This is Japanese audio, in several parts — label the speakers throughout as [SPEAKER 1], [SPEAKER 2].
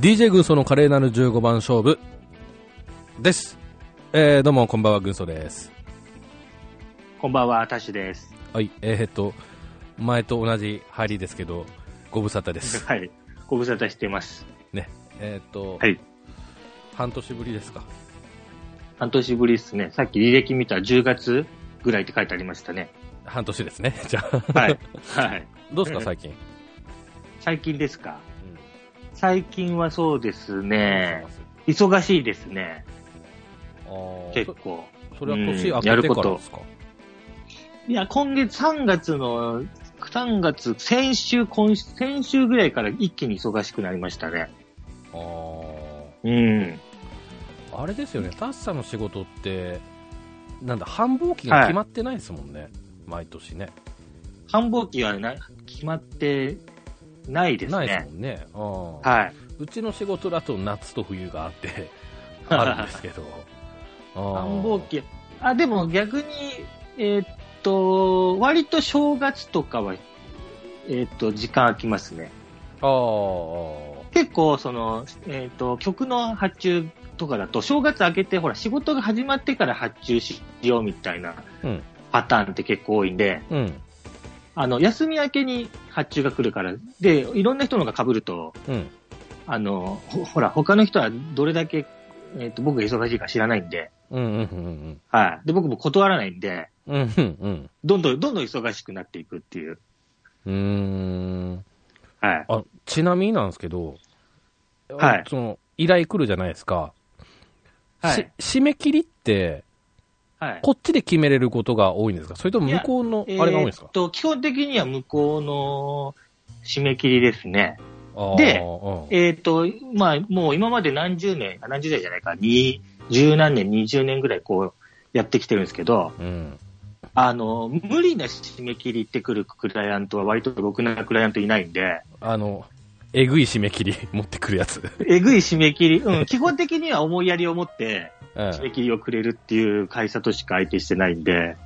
[SPEAKER 1] DJ 軍曹の華麗なる15番勝負です。えー、どうも、こんばんは、軍曹です。
[SPEAKER 2] こんばんは、たしです。
[SPEAKER 1] はい、えー、っと、前と同じ入りですけど、ご無沙汰 です。
[SPEAKER 2] はい。ご無沙汰してます。
[SPEAKER 1] ね。えー、っと、
[SPEAKER 2] はい。
[SPEAKER 1] 半年ぶりですか。
[SPEAKER 2] 半年ぶりですね。さっき履歴見たら10月ぐらいって書いてありましたね。
[SPEAKER 1] 半年ですね。 じゃあ、
[SPEAKER 2] はい。はい。
[SPEAKER 1] どうですか、最近。
[SPEAKER 2] 最近ですか
[SPEAKER 1] うん
[SPEAKER 2] 最近はそうですね。忙しいですね。
[SPEAKER 1] あー
[SPEAKER 2] 結構。
[SPEAKER 1] そそれは年明
[SPEAKER 2] や
[SPEAKER 1] け
[SPEAKER 2] る
[SPEAKER 1] て
[SPEAKER 2] こ
[SPEAKER 1] か
[SPEAKER 2] と
[SPEAKER 1] らですか。
[SPEAKER 2] いや、今月3月の、3月、先週、今週、先週ぐらいから一気に忙しくなりましたね。
[SPEAKER 1] あー
[SPEAKER 2] うん。
[SPEAKER 1] あれですよね、タッサの仕事って、なんだ、繁忙期が決まってないですもんね、毎年ね。
[SPEAKER 2] 繁忙期はな決まってないです
[SPEAKER 1] ないです
[SPEAKER 2] ね。
[SPEAKER 1] もんね。うん
[SPEAKER 2] は
[SPEAKER 1] うちの仕事だと夏と冬があ って、
[SPEAKER 2] い。
[SPEAKER 1] あるんですけど。
[SPEAKER 2] 繁
[SPEAKER 1] 繁
[SPEAKER 2] 忙。期。あ、でも逆に、えーっと、割と正月とかは、えーっと、時間空きますね。
[SPEAKER 1] あー
[SPEAKER 2] 結構、その、えーっと、曲の発注とかだと、正月明けて、ほら、仕事が始まってから発注しようみたいな
[SPEAKER 1] うん
[SPEAKER 2] パターンって結構多いんで、
[SPEAKER 1] あー。うん。
[SPEAKER 2] あの、休み明けに発注が来るから、で、いろんな人のが被ると、
[SPEAKER 1] うん。
[SPEAKER 2] あの、ほほら、他の人はどれだけ、えーっと、僕が忙しいか知らないんで、
[SPEAKER 1] うんうんうん
[SPEAKER 2] はい。で、僕も断らないんで、
[SPEAKER 1] うん。うんうんうん。
[SPEAKER 2] どんどん、どんどん忙しくなっていくっていう。
[SPEAKER 1] うーん。
[SPEAKER 2] はい。
[SPEAKER 1] あ、ちなみになんですけど、
[SPEAKER 2] はい
[SPEAKER 1] その、依頼来るじゃないですか。
[SPEAKER 2] はい。
[SPEAKER 1] し締め切りって、
[SPEAKER 2] はい。
[SPEAKER 1] こっちで決めれることが多いんですかそれとも向こうの、あれが多いんです
[SPEAKER 2] えー
[SPEAKER 1] か
[SPEAKER 2] っ、と、基本的には向こうの締め切りですね。
[SPEAKER 1] あー
[SPEAKER 2] で
[SPEAKER 1] うん
[SPEAKER 2] えーっと、まあ、もう今まで何十年、あ何十年じゃないか、に十何年、二十年ぐらいこう、やってきてるんですけど、
[SPEAKER 1] うん。
[SPEAKER 2] あの、無理な締め切りってくるクライアントは割とろくなクライアントいないんで、
[SPEAKER 1] あの、えぐい締め切り 持ってくるやつ。
[SPEAKER 2] えぐい締め切り、うん、基本的には思いやりを持って
[SPEAKER 1] うん。あ
[SPEAKER 2] 締め切りをくれるっていう会社としか相手してないんで、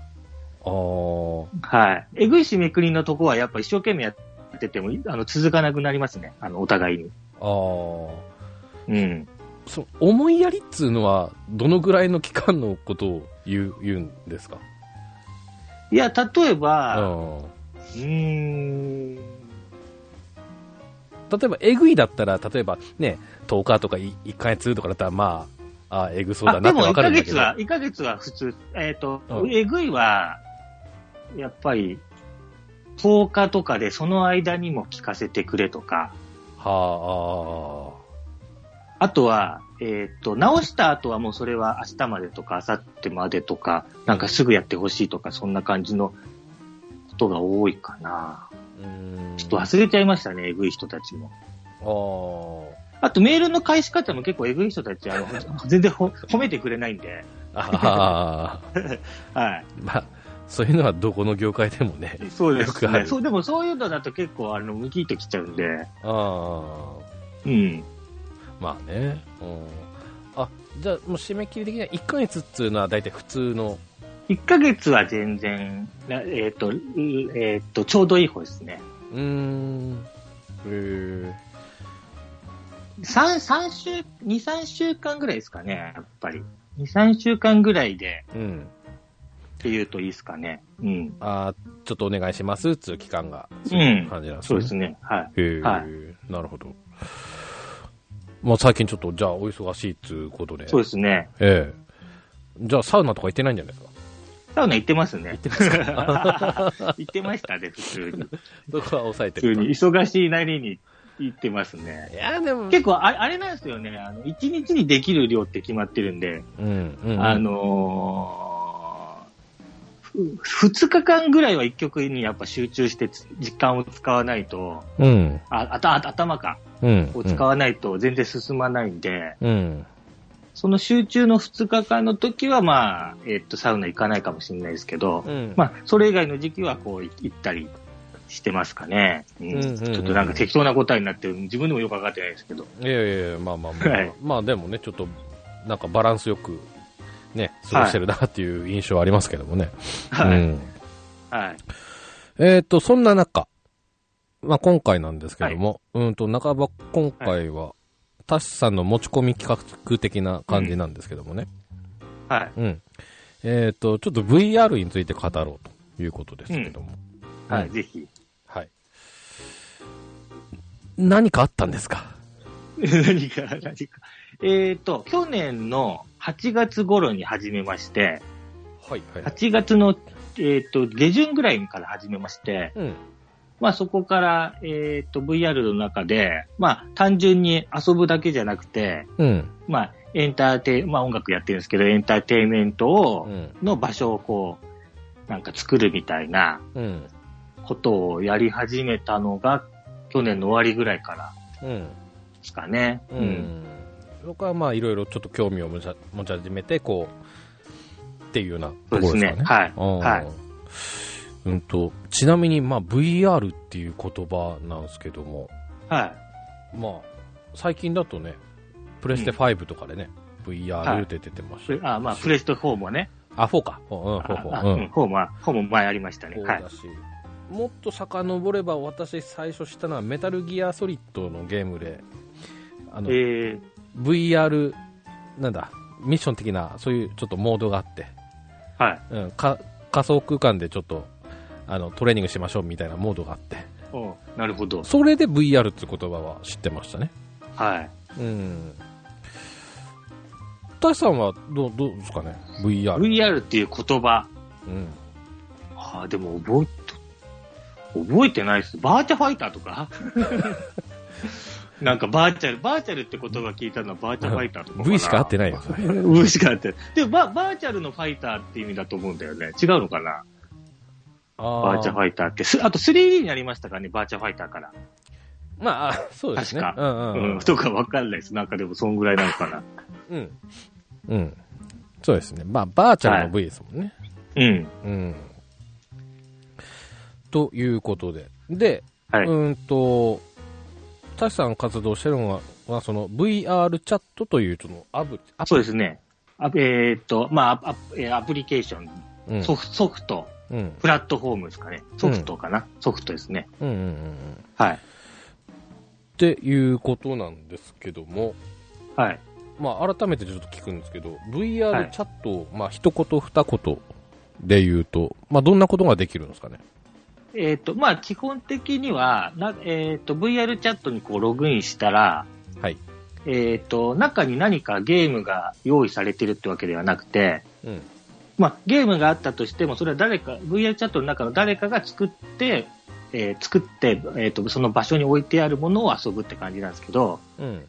[SPEAKER 1] ー
[SPEAKER 2] はい。えぐい締めくりのとこはやっぱ一生懸命やってても、あの、続かなくなりますね。あの、お互いに。
[SPEAKER 1] あー。
[SPEAKER 2] うん。
[SPEAKER 1] そ思いやりっつうのは、どのぐらいの期間のことを言う、 言うんですか
[SPEAKER 2] いや、例え
[SPEAKER 1] う
[SPEAKER 2] ば、
[SPEAKER 1] ん。
[SPEAKER 2] うーん。
[SPEAKER 1] 例えば、えぐいだったら、例えばね、10日とかい1ヶ月とかだったら、まあ、あーえぐそう
[SPEAKER 2] あ
[SPEAKER 1] だな
[SPEAKER 2] で
[SPEAKER 1] って
[SPEAKER 2] も、
[SPEAKER 1] わ
[SPEAKER 2] 1
[SPEAKER 1] か
[SPEAKER 2] ヶ
[SPEAKER 1] るんだけ
[SPEAKER 2] 月
[SPEAKER 1] ど。
[SPEAKER 2] は、一ヶ月は普通、えっ、と、
[SPEAKER 1] うん
[SPEAKER 2] えぐいは、やっぱり、10日とかでその間にも聞かせてくれとか、
[SPEAKER 1] は
[SPEAKER 2] あとは、えっ、と、直した後はもうそれは明日までとか、明後日までとか、なんかすぐやってほしいとか、そんな感じのことが多いかな。
[SPEAKER 1] あー。うん。
[SPEAKER 2] ちょっと忘れちゃいましたね、えぐい人たちも。
[SPEAKER 1] あー。
[SPEAKER 2] あとメールの返し方も結構えぐい人たち、あの、 全然ほ褒めてくれないんで、
[SPEAKER 1] ああ、
[SPEAKER 2] はい。
[SPEAKER 1] まあ、そういうのはどこの業界でもね。
[SPEAKER 2] そうで
[SPEAKER 1] よ
[SPEAKER 2] す
[SPEAKER 1] くあ
[SPEAKER 2] ね。
[SPEAKER 1] る
[SPEAKER 2] そう、でもそういうのだと結構、あの、ムキッときちゃうんで、
[SPEAKER 1] あ
[SPEAKER 2] うん。
[SPEAKER 1] あ、まあね。うん、あ、じゃあもう締め切り的には1ヶ月っていうのは大体普通の。
[SPEAKER 2] 1ヶ月は全然、なえっ、と、うえっ、と、ちょうどいい方ですね。
[SPEAKER 1] うーん。えー、
[SPEAKER 2] 3、三週、2、3週間ぐらいですかね、やっぱり。2、3週間ぐらいで
[SPEAKER 1] うん。
[SPEAKER 2] っていうといいですかね。うん。
[SPEAKER 1] あーちょっとお願いしますっていう期間が、
[SPEAKER 2] うん
[SPEAKER 1] 感じなんです
[SPEAKER 2] そ
[SPEAKER 1] ね。
[SPEAKER 2] うですね。はい。
[SPEAKER 1] へー
[SPEAKER 2] は
[SPEAKER 1] なるほど。まあ最近ちょっと、じゃあお忙しいっていうことで。
[SPEAKER 2] そう
[SPEAKER 1] う
[SPEAKER 2] ですね。
[SPEAKER 1] ええじゃあサウナとか行ってないんじゃないですか
[SPEAKER 2] サウナ行ってますね。行
[SPEAKER 1] ってます
[SPEAKER 2] か 行ってましたね、普通に。
[SPEAKER 1] どこは抑えて
[SPEAKER 2] 普通
[SPEAKER 1] るか
[SPEAKER 2] に忙しいなりに行ってますね。
[SPEAKER 1] いや、でも。
[SPEAKER 2] 結構あれ、あれなんですよね。あの、一日にできる量って決まってるんで、
[SPEAKER 1] うん、うんうん。
[SPEAKER 2] あのーふ二日間ぐらいは一曲にやっぱ集中してつ時間を使わないと、
[SPEAKER 1] うん。
[SPEAKER 2] あ、あた、あ頭か、
[SPEAKER 1] うん。
[SPEAKER 2] を使わないと全然進まないんで、
[SPEAKER 1] うん。
[SPEAKER 2] その集中の二日間の時はまあ、えっと、サウナ行かないかもしれないですけど、
[SPEAKER 1] うん。
[SPEAKER 2] まあ、それ以外の時期はこうい行ったりしてますかね、うん
[SPEAKER 1] うんうんうん
[SPEAKER 2] ちょっとなんか適当な答えになって、自分でもよくわかってないですけど、
[SPEAKER 1] いやいやいや、まあまあまあ、
[SPEAKER 2] はい
[SPEAKER 1] まあでもね、ちょっと、なんかバランスよく、ね、過ごしてるなっていう印象はありますけどもね。
[SPEAKER 2] はい、
[SPEAKER 1] うん、
[SPEAKER 2] はい、
[SPEAKER 1] えっ、と、そんな中、まあ今回なんですけども、うんと、半ば今回は、タシさんの持ち込み企画的な感じなんですけどもね。
[SPEAKER 2] はい。
[SPEAKER 1] うん。えっ、と、ちょっと VR について語ろうということですけども。
[SPEAKER 2] は
[SPEAKER 1] う
[SPEAKER 2] い、
[SPEAKER 1] ん
[SPEAKER 2] ぜひ。
[SPEAKER 1] はい。何かあったんですか
[SPEAKER 2] 何か、何か。えっ、と、去年の8月頃に始めまして、
[SPEAKER 1] はい、はい。
[SPEAKER 2] 8月の、えっ、と、下旬ぐらいから始めまして、
[SPEAKER 1] うん。
[SPEAKER 2] まあそこから、えっ、と、VR の中で、まあ単純に遊ぶだけじゃなくて、
[SPEAKER 1] うん。
[SPEAKER 2] まあエンターテイ、まあ音楽やってるんですけど、エンターテインメントを
[SPEAKER 1] う、ん。
[SPEAKER 2] の場所をこう、なんか作るみたいな
[SPEAKER 1] うん。
[SPEAKER 2] ことをやり始めたのが、去年の終わりぐらいから
[SPEAKER 1] うん。
[SPEAKER 2] ですかね。
[SPEAKER 1] うん。僕はまあ、いろいろちょっと興味を持ち持ち始めて、こう、っていうようなとこ
[SPEAKER 2] そうで
[SPEAKER 1] ろ
[SPEAKER 2] す
[SPEAKER 1] ですか
[SPEAKER 2] ね
[SPEAKER 1] ね。。
[SPEAKER 2] はい。
[SPEAKER 1] あー
[SPEAKER 2] はい。
[SPEAKER 1] うんと、ちなみに、まあ、VR っていう言葉なんですけども、
[SPEAKER 2] はい。
[SPEAKER 1] まあ、最近だとね、プレステ5とかでね、
[SPEAKER 2] は
[SPEAKER 1] VR
[SPEAKER 2] い
[SPEAKER 1] って出てました
[SPEAKER 2] プ
[SPEAKER 1] よ。
[SPEAKER 2] あまあ、プレスト4もね。
[SPEAKER 1] あ、4か。うん、うん、
[SPEAKER 2] あ
[SPEAKER 1] 4、4。
[SPEAKER 2] あ
[SPEAKER 1] う
[SPEAKER 2] うんん。。4も、4も前ありましたね。
[SPEAKER 1] そう
[SPEAKER 2] はい
[SPEAKER 1] だ。し、もっと遡れば私最初したのはメタルギアソリッドのゲームであの、
[SPEAKER 2] え
[SPEAKER 1] VR なんだミッション的なそういうちょっとモードがあって、
[SPEAKER 2] ー、はい。
[SPEAKER 1] うん、か仮想空間でちょっとあのトレーニングしましょうみたいなモードがあって
[SPEAKER 2] おうなるほど。
[SPEAKER 1] それで VR って言葉は知ってましたね
[SPEAKER 2] はい。
[SPEAKER 1] うんタシさんはどうどうですかね VR、
[SPEAKER 2] VR っていう言葉。
[SPEAKER 1] うん、
[SPEAKER 2] ああ、でも覚え、覚えてないです。バーチャファイター とかなんかバーチャル、バーチャルって言葉聞いたのはバーチャファイターとかかな。
[SPEAKER 1] V しか合ってないよそれ
[SPEAKER 2] V しか合ってない。でもバ、バーチャルのファイターって意味だと思うんだよね。違うのかなバーチャフ
[SPEAKER 1] イ
[SPEAKER 2] ァイターって。すあと 3D になりましたかね、バーチャファイターから。
[SPEAKER 1] まあそうですね
[SPEAKER 2] 確
[SPEAKER 1] か、うんうんうん
[SPEAKER 2] うん、とかわかんないです。なんかでもそんぐらいなのかな。
[SPEAKER 1] うん。うん。そうですね。まあ、バーチャルの V ですもんね。
[SPEAKER 2] うん。
[SPEAKER 1] うん。ということで。で、
[SPEAKER 2] はいう
[SPEAKER 1] ーんと、タシさん活動してるのは、はその VR チャットという、そのアブ、ア
[SPEAKER 2] そうですね。あえーっと、まあアプ、えーアプリケーション、
[SPEAKER 1] うん、
[SPEAKER 2] ソフソフト、
[SPEAKER 1] うん。
[SPEAKER 2] プラットフォームですかね。ソフトかな、ソフトですね。
[SPEAKER 1] うんうんうんうん。っ
[SPEAKER 2] はい。
[SPEAKER 1] ていうことなんですけども、
[SPEAKER 2] はい。
[SPEAKER 1] まあ、改めてちょっと聞くんですけど、
[SPEAKER 2] は
[SPEAKER 1] VR
[SPEAKER 2] い
[SPEAKER 1] チャットを、まあ、一言二言で言うと、まあ、どんなことができるんですかね。
[SPEAKER 2] えーっと、まあ、基本的には、なえーっと、VR チャットにこう、ログインしたら、
[SPEAKER 1] はい。
[SPEAKER 2] えーっと、中に何かゲームが用意されてるってわけではなくて、
[SPEAKER 1] うん。
[SPEAKER 2] まあ、ゲームがあったとしても、それは誰か、VR チャットの中の誰かが作って、えー作って、えーっと、その場所に置いてあるものを遊ぶって感じなんですけど、
[SPEAKER 1] うん。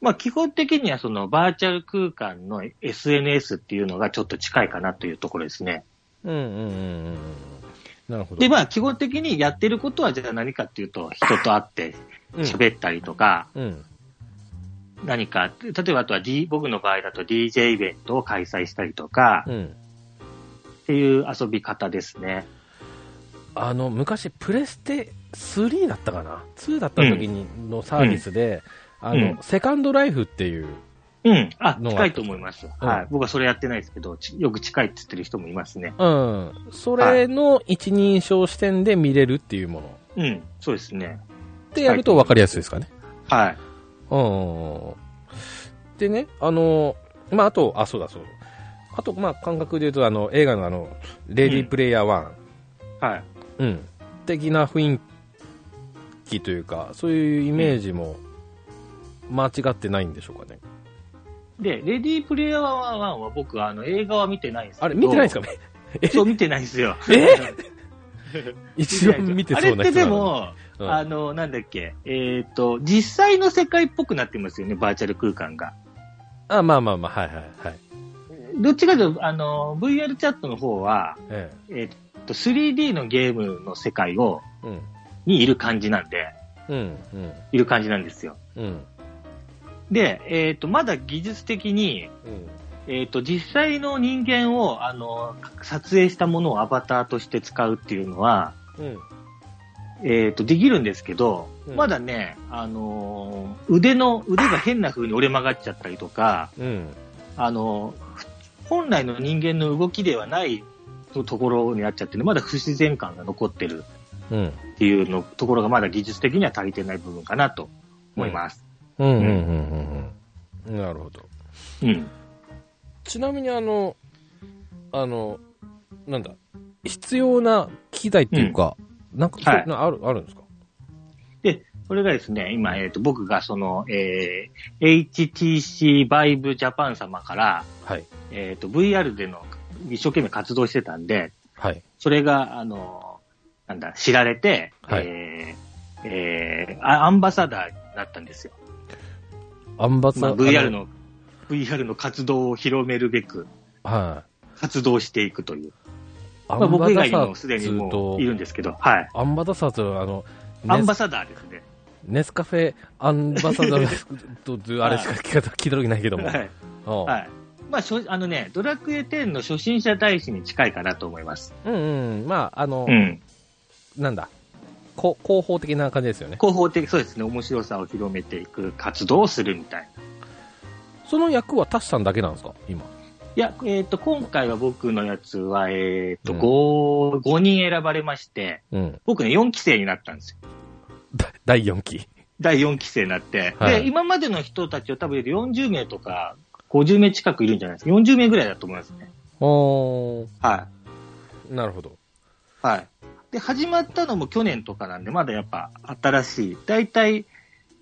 [SPEAKER 2] まあ、基本的にはそのバーチャル空間の SNS っていうのがちょっと近いかなというところですね。
[SPEAKER 1] うんうんうんうんうん。なるほど。
[SPEAKER 2] で、まあ、基本的にやってることはじゃあ何かっていうと、人と会って喋ったりとか、
[SPEAKER 1] うん。
[SPEAKER 2] 何か、例えばあとは、D、僕の場合だと DJ イベントを開催したりとか
[SPEAKER 1] う、ん。
[SPEAKER 2] っていう遊び方ですね。
[SPEAKER 1] あの、昔、プレステ3だったかな ?2 だった時にのサービスで、あの、
[SPEAKER 2] うん
[SPEAKER 1] セカンドライフっていう、
[SPEAKER 2] うん。あ、
[SPEAKER 1] のは
[SPEAKER 2] 近いと思います。
[SPEAKER 1] うん
[SPEAKER 2] はい。僕はそれやってないですけど、ちよく近いって言ってる人もいますね。
[SPEAKER 1] うん。それの一人称視点で見れるっていうもの。
[SPEAKER 2] うん。そうですね。
[SPEAKER 1] ってやると分かりやすいですかね。
[SPEAKER 2] はい。
[SPEAKER 1] うん。でね、あの、まあ、あと、あ、そうだそうだ。あと、まあ、感覚で言うと、あの、映画のあの、レディープレイヤー1。
[SPEAKER 2] はい。
[SPEAKER 1] うん、的な雰囲気というかそういうイメージも間違ってないんでしょうかね、
[SPEAKER 2] で、レディープレイヤー1は僕、あの、映画は見てないんですけど
[SPEAKER 1] あれ見てないんですかね
[SPEAKER 2] そう、見てないんですよ。
[SPEAKER 1] 一番見てそうな人なのに
[SPEAKER 2] あれってでも、
[SPEAKER 1] うん
[SPEAKER 2] あの、なんだっけ、えっ、と、実際の世界っぽくなってますよね、バーチャル空間が。
[SPEAKER 1] あまあまあまあはいはいはい、
[SPEAKER 2] どっちかというと、あの、VR チャットの方は、
[SPEAKER 1] え
[SPEAKER 2] えっ、と、3D のゲームの世界を、
[SPEAKER 1] え、うん
[SPEAKER 2] にいる感じなんで、
[SPEAKER 1] うんうん
[SPEAKER 2] いる感じなんですよ。
[SPEAKER 1] うん
[SPEAKER 2] で、えっ、と、まだ技術的に、
[SPEAKER 1] うん
[SPEAKER 2] えっ、と、実際の人間を、あの、撮影したものをアバターとして使うっていうのは、
[SPEAKER 1] うん
[SPEAKER 2] えっ、と、できるんですけど、
[SPEAKER 1] うん
[SPEAKER 2] まだね、あのー腕の、腕が変な風に折れ曲がっちゃったりとか、
[SPEAKER 1] うん
[SPEAKER 2] あのーふ本来の人間の動きではないとところになっちゃってる、まだ不自然感が残ってる
[SPEAKER 1] うん
[SPEAKER 2] っていうのところがまだ技術的には足りてない部分かなと思います。
[SPEAKER 1] うんうんうんうんうんなるほど。
[SPEAKER 2] うん。
[SPEAKER 1] ちなみにあの、あの、なんだ、必要な機材っていうか、なんか、
[SPEAKER 2] はい
[SPEAKER 1] そんなある、あるんですか
[SPEAKER 2] で、それがですね、今、えっ、と、僕がその、えー HTC Vive Japan 様から、
[SPEAKER 1] はい。
[SPEAKER 2] えっ、と、VR での一生懸命活動してたんで、
[SPEAKER 1] はい。
[SPEAKER 2] それが、あの、なんだ、知られて、
[SPEAKER 1] はい
[SPEAKER 2] えーえーあアンバサダーになったんですよ。
[SPEAKER 1] アンバサ
[SPEAKER 2] まあ、
[SPEAKER 1] ダー
[SPEAKER 2] VR。の、VR の活動を広めるべく、
[SPEAKER 1] は
[SPEAKER 2] 活動していくという。
[SPEAKER 1] い。
[SPEAKER 2] まあ、僕以外に
[SPEAKER 1] アン
[SPEAKER 2] も
[SPEAKER 1] バ
[SPEAKER 2] す
[SPEAKER 1] サダ
[SPEAKER 2] で
[SPEAKER 1] ー
[SPEAKER 2] に
[SPEAKER 1] ズ
[SPEAKER 2] も
[SPEAKER 1] と
[SPEAKER 2] ういるんですけど、はい。
[SPEAKER 1] アンバサダーズとあの、
[SPEAKER 2] アン
[SPEAKER 1] ネ
[SPEAKER 2] バ
[SPEAKER 1] ス
[SPEAKER 2] サダーですね。
[SPEAKER 1] ネスカフェアンバサダーと、とあれ しか聞いた聞いた時ないけども。
[SPEAKER 2] はい。
[SPEAKER 1] うん
[SPEAKER 2] はい。まあ、しょあのね、ドラクエ10の初心者大使に近いかなと思います。
[SPEAKER 1] うんうん。まあ、あの
[SPEAKER 2] う、ん。
[SPEAKER 1] なんだ、こ広報的な感じですよね。
[SPEAKER 2] 広報的、そうですね、面白さを広めていく活動をするみたいな。
[SPEAKER 1] その役はタシさんだけなんですか今。
[SPEAKER 2] いや、えっ、と、今回は僕のやつは、えっ、と、
[SPEAKER 1] うん
[SPEAKER 2] 5、5人選ばれまして、
[SPEAKER 1] うん。
[SPEAKER 2] 僕ね、4期生になったんですよ。
[SPEAKER 1] だ第4期。
[SPEAKER 2] 第4期生になって。
[SPEAKER 1] はい
[SPEAKER 2] で、今までの人たちを多分40名とか、50名近くいるんじゃないですか。40名ぐらいだと思いますね。
[SPEAKER 1] おー、
[SPEAKER 2] はい。
[SPEAKER 1] なるほど。
[SPEAKER 2] はい。で、始まったのも去年とかなんで、まだやっぱ新しい。だいたい、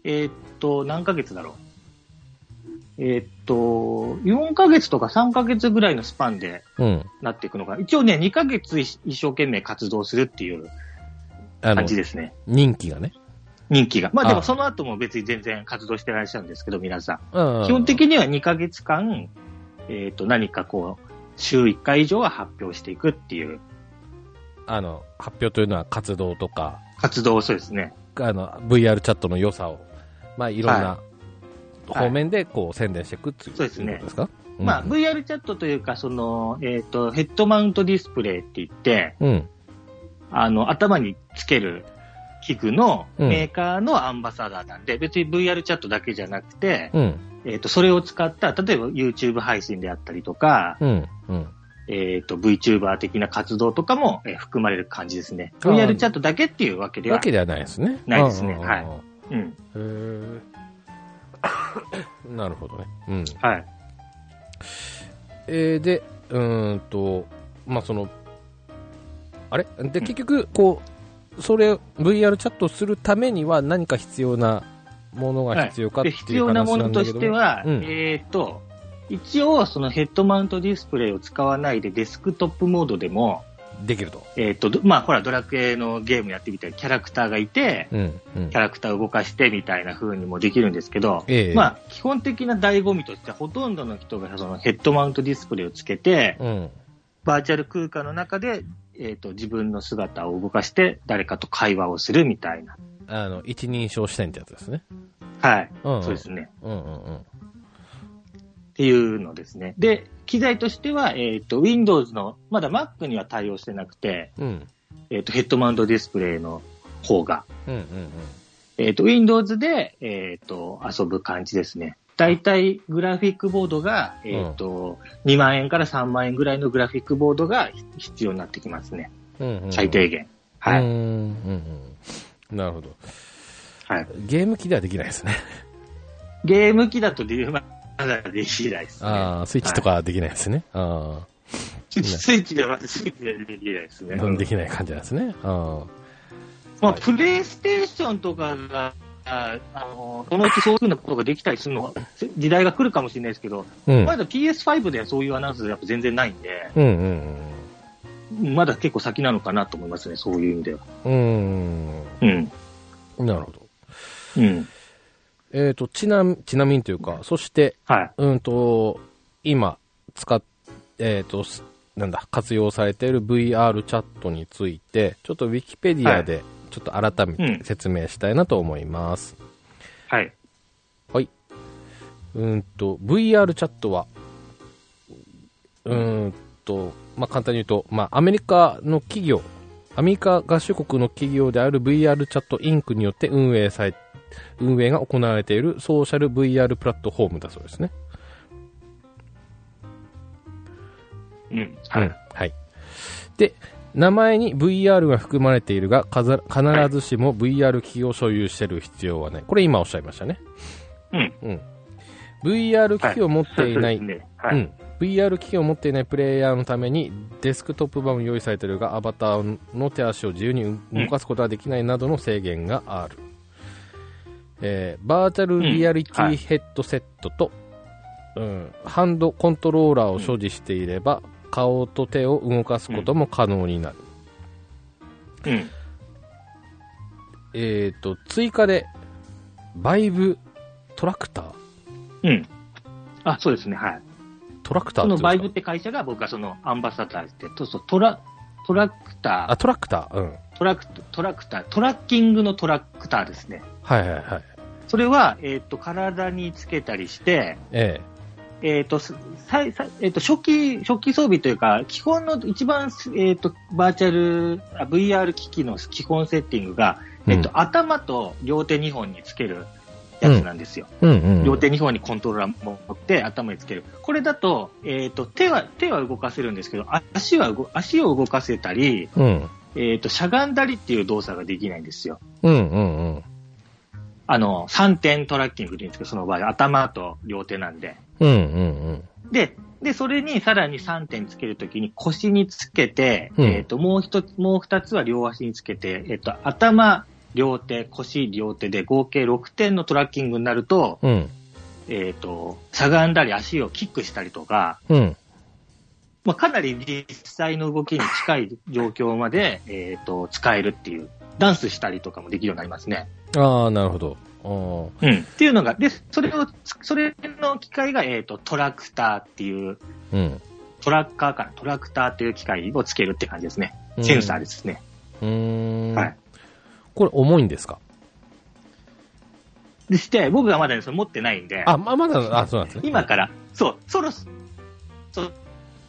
[SPEAKER 2] えーっと、何ヶ月だろう。えーっと、4ヶ月とか3ヶ月ぐらいのスパンで
[SPEAKER 1] うん。
[SPEAKER 2] なっていくのかな。一応ね、2ヶ月一生懸命活動するっていう
[SPEAKER 1] あの
[SPEAKER 2] 感じ、ですね。
[SPEAKER 1] 人気がね。
[SPEAKER 2] 人気が。まあで
[SPEAKER 1] あ
[SPEAKER 2] もその後も別に全然活動してらっしゃるんですけど、皆さん。
[SPEAKER 1] うん
[SPEAKER 2] 基本的には2ヶ月間、えーっと、何かこう、週1回以上は発表していくっていう
[SPEAKER 1] あの、発表というのは活動とか、
[SPEAKER 2] 活動をそうですね。
[SPEAKER 1] あの、VR チャットの良さを、まあ、いろんな
[SPEAKER 2] は
[SPEAKER 1] 方面で、こう、宣伝していくっていう
[SPEAKER 2] そうですね
[SPEAKER 1] ことですかうん
[SPEAKER 2] まあ、VR チャットというか、その、えっ、と、ヘッドマウントディスプレイって言って、
[SPEAKER 1] うん。
[SPEAKER 2] あの、頭につける器具の
[SPEAKER 1] うん
[SPEAKER 2] メーカーのアンバサダーなんで、別に VR チャットだけじゃなくて、
[SPEAKER 1] うん。
[SPEAKER 2] えっ、と、それを使った、例えば YouTube 配信であったりとか、
[SPEAKER 1] うん。うん。
[SPEAKER 2] えっ、と、VTuber 的な活動とかも、えー含まれる感じですね。
[SPEAKER 1] あー
[SPEAKER 2] VR チャットだけっていうわけで
[SPEAKER 1] わ
[SPEAKER 2] は。
[SPEAKER 1] けではないですね。
[SPEAKER 2] ないですね
[SPEAKER 1] うん
[SPEAKER 2] はい。
[SPEAKER 1] うん
[SPEAKER 2] うん。
[SPEAKER 1] うんへー なるほどね。うん。
[SPEAKER 2] はい。
[SPEAKER 1] えーで、うーんと、まあ、その、あれで、結局、こう、それ、VR チャットするためには何か必要なものが必要かって
[SPEAKER 2] で
[SPEAKER 1] いう話
[SPEAKER 2] 必要なも
[SPEAKER 1] な
[SPEAKER 2] の
[SPEAKER 1] んだ
[SPEAKER 2] と
[SPEAKER 1] けど
[SPEAKER 2] し
[SPEAKER 1] も
[SPEAKER 2] ては、
[SPEAKER 1] うん
[SPEAKER 2] えっ、と、一応、そのヘッドマウントディスプレイを使わないでデスクトップモードでも、
[SPEAKER 1] できると。
[SPEAKER 2] えっ、と、どまあ、ほら、ドラクエのゲームやってみたらキャラクターがいて、
[SPEAKER 1] うん。うん
[SPEAKER 2] キャラクターを動かしてみたいな風にもできるんですけど、
[SPEAKER 1] ええ
[SPEAKER 2] まあ、基本的な醍醐味としては、ほとんどの人がそのヘッドマウントディスプレイをつけて、
[SPEAKER 1] うん。
[SPEAKER 2] バーチャル空間の中で、えっ、と、自分の姿を動かして、誰かと会話をするみたいな。
[SPEAKER 1] あの、一人称視点ってやつですね。
[SPEAKER 2] はい。
[SPEAKER 1] うん。
[SPEAKER 2] そうですね。
[SPEAKER 1] うんうんうん。
[SPEAKER 2] っていうのですね。で、機材としては、えっ、と、Windows の、まだ Mac には対応してなくて、
[SPEAKER 1] うん。
[SPEAKER 2] えっ、と、ヘッドマウントディスプレイの方が、
[SPEAKER 1] うんうんうん。
[SPEAKER 2] えっ、と、Windows で、えっ、と、遊ぶ感じですね。だいたいグラフィックボードが、えっ、と、2万円から3万円ぐらいのグラフィックボードがひ必要になってきますね。
[SPEAKER 1] うんうん
[SPEAKER 2] 最低限。は
[SPEAKER 1] う
[SPEAKER 2] い。
[SPEAKER 1] んうんうん。なるほど。
[SPEAKER 2] はい。
[SPEAKER 1] ゲーム機ではできないですね。
[SPEAKER 2] ゲーム機だとデューマまだできないですね。
[SPEAKER 1] ああ、スイッチとかはできないですね。ああ。
[SPEAKER 2] スイッチスイッチでは、スイッチでできないですね。
[SPEAKER 1] うんできない感じなんですね。あ
[SPEAKER 2] まあ、プレイステーションとかが、ああの、そのうちそういうふうなことができたりするのは、時代が来るかもしれないですけど、
[SPEAKER 1] あ。うん。
[SPEAKER 2] まだ PS5 ではそういうアナウンスやっぱ全然ないんで、
[SPEAKER 1] うんうん
[SPEAKER 2] まだ結構先なのかなと思いますね、そういう意味では。
[SPEAKER 1] うん。
[SPEAKER 2] うん。
[SPEAKER 1] うん。なるほど。
[SPEAKER 2] うん。
[SPEAKER 1] えっ、と、ちなみ、ちなみにというか、そして、
[SPEAKER 2] はい。
[SPEAKER 1] うんと、今、使っ、えっ、と、すなんだ、活用されている VR チャットについて、ちょっとウィキペディアで、ちょっと改め
[SPEAKER 2] う
[SPEAKER 1] て
[SPEAKER 2] ん
[SPEAKER 1] 説明したいなと思います。
[SPEAKER 2] はい。
[SPEAKER 1] うんと、VR チャットは、うんと、まあ、簡単に言うと、まあ、アメリカの企業、アメリカ合衆国の企業である VR チャットインクによって運営され、運営が行われているソーシャル VR プラットフォームだそうですね。
[SPEAKER 2] うん。
[SPEAKER 1] はい。はい。で、名前に VR が含まれているが、かざ必ずしも VR 機を所有している必要はない。これ今おっしゃいましたね。
[SPEAKER 2] うん。
[SPEAKER 1] うん。 VR 機器を持っていない、
[SPEAKER 2] そうですね。はい。
[SPEAKER 1] うん、VR 機器を持っていないプレイヤーのためにデスクトップ版も用意されているがアバターの手足を自由に動かすことはできないなどの制限がある、えーバーチャルリアリテ
[SPEAKER 2] うんは
[SPEAKER 1] ィ
[SPEAKER 2] い
[SPEAKER 1] ヘッドセットと、うんハンドコントローラーを所持していれば、顔と手を動かすことも可能になる、
[SPEAKER 2] うん。
[SPEAKER 1] えー、と追加でバイブトラクター
[SPEAKER 2] うん。あ、そうですね。はい。
[SPEAKER 1] トラクター
[SPEAKER 2] そ
[SPEAKER 1] って
[SPEAKER 2] の
[SPEAKER 1] いうんですか
[SPEAKER 2] バイブって会社が僕はそのアンバサダーして、そうそう、トラ、トラク
[SPEAKER 1] あ
[SPEAKER 2] タ
[SPEAKER 1] トラクターうん
[SPEAKER 2] ー、トラク、トラクター、トラッキングのトラクターですね。
[SPEAKER 1] はいはいはい
[SPEAKER 2] それは、えっ、と、体につけたりして、
[SPEAKER 1] え
[SPEAKER 2] えっ、と、すさいさえっ、と、初期、初期装備というか、基本の一番、えっ、と、バーチャル、あ VR 機器の基本セッティングが、
[SPEAKER 1] え
[SPEAKER 2] えっ、と、頭と両手2本につけるやつなんですよ。
[SPEAKER 1] うんうんうん
[SPEAKER 2] 両手2本にコントローラー持って頭につける。これだと、えっ、と、手は、手は動かせるんですけど、あ足は動、足を動かせたり、
[SPEAKER 1] うん
[SPEAKER 2] えっ、と、しゃがんだりっていう動作ができないんですよ。
[SPEAKER 1] うんうんうん
[SPEAKER 2] あの、3点トラッキングって言うんですけど、その場合、頭と両手なんで。
[SPEAKER 1] うんうん
[SPEAKER 2] で、で、それにさらに3点つけるときに腰につけて、
[SPEAKER 1] うん
[SPEAKER 2] えっ、と、もう一つ、もう二つは両足につけて、えっ、と、頭、両手、腰、両手で合計6点のトラッキングになると、
[SPEAKER 1] うんうん
[SPEAKER 2] えっ、と、しゃがんだり足をキックしたりとか、
[SPEAKER 1] うん
[SPEAKER 2] まあ、かなり実際の動きに近い状況まで、えっ、と、使えるっていう、ダンスしたりとかもできるようになりますね。
[SPEAKER 1] ああなるほどあ
[SPEAKER 2] うん。っていうのが、で、それを、それの機械が、えっ、と、トラクターっていう、
[SPEAKER 1] ーうん
[SPEAKER 2] トラッカーからトラクターっていう機械をつけるって感じですね。センサー
[SPEAKER 1] で
[SPEAKER 2] ですね。
[SPEAKER 1] うーん
[SPEAKER 2] はい。
[SPEAKER 1] これ重いんですか
[SPEAKER 2] でして、僕がまだね、それ持ってないんで、
[SPEAKER 1] あままだあそうなんですね
[SPEAKER 2] 今から、そう、そろそろ、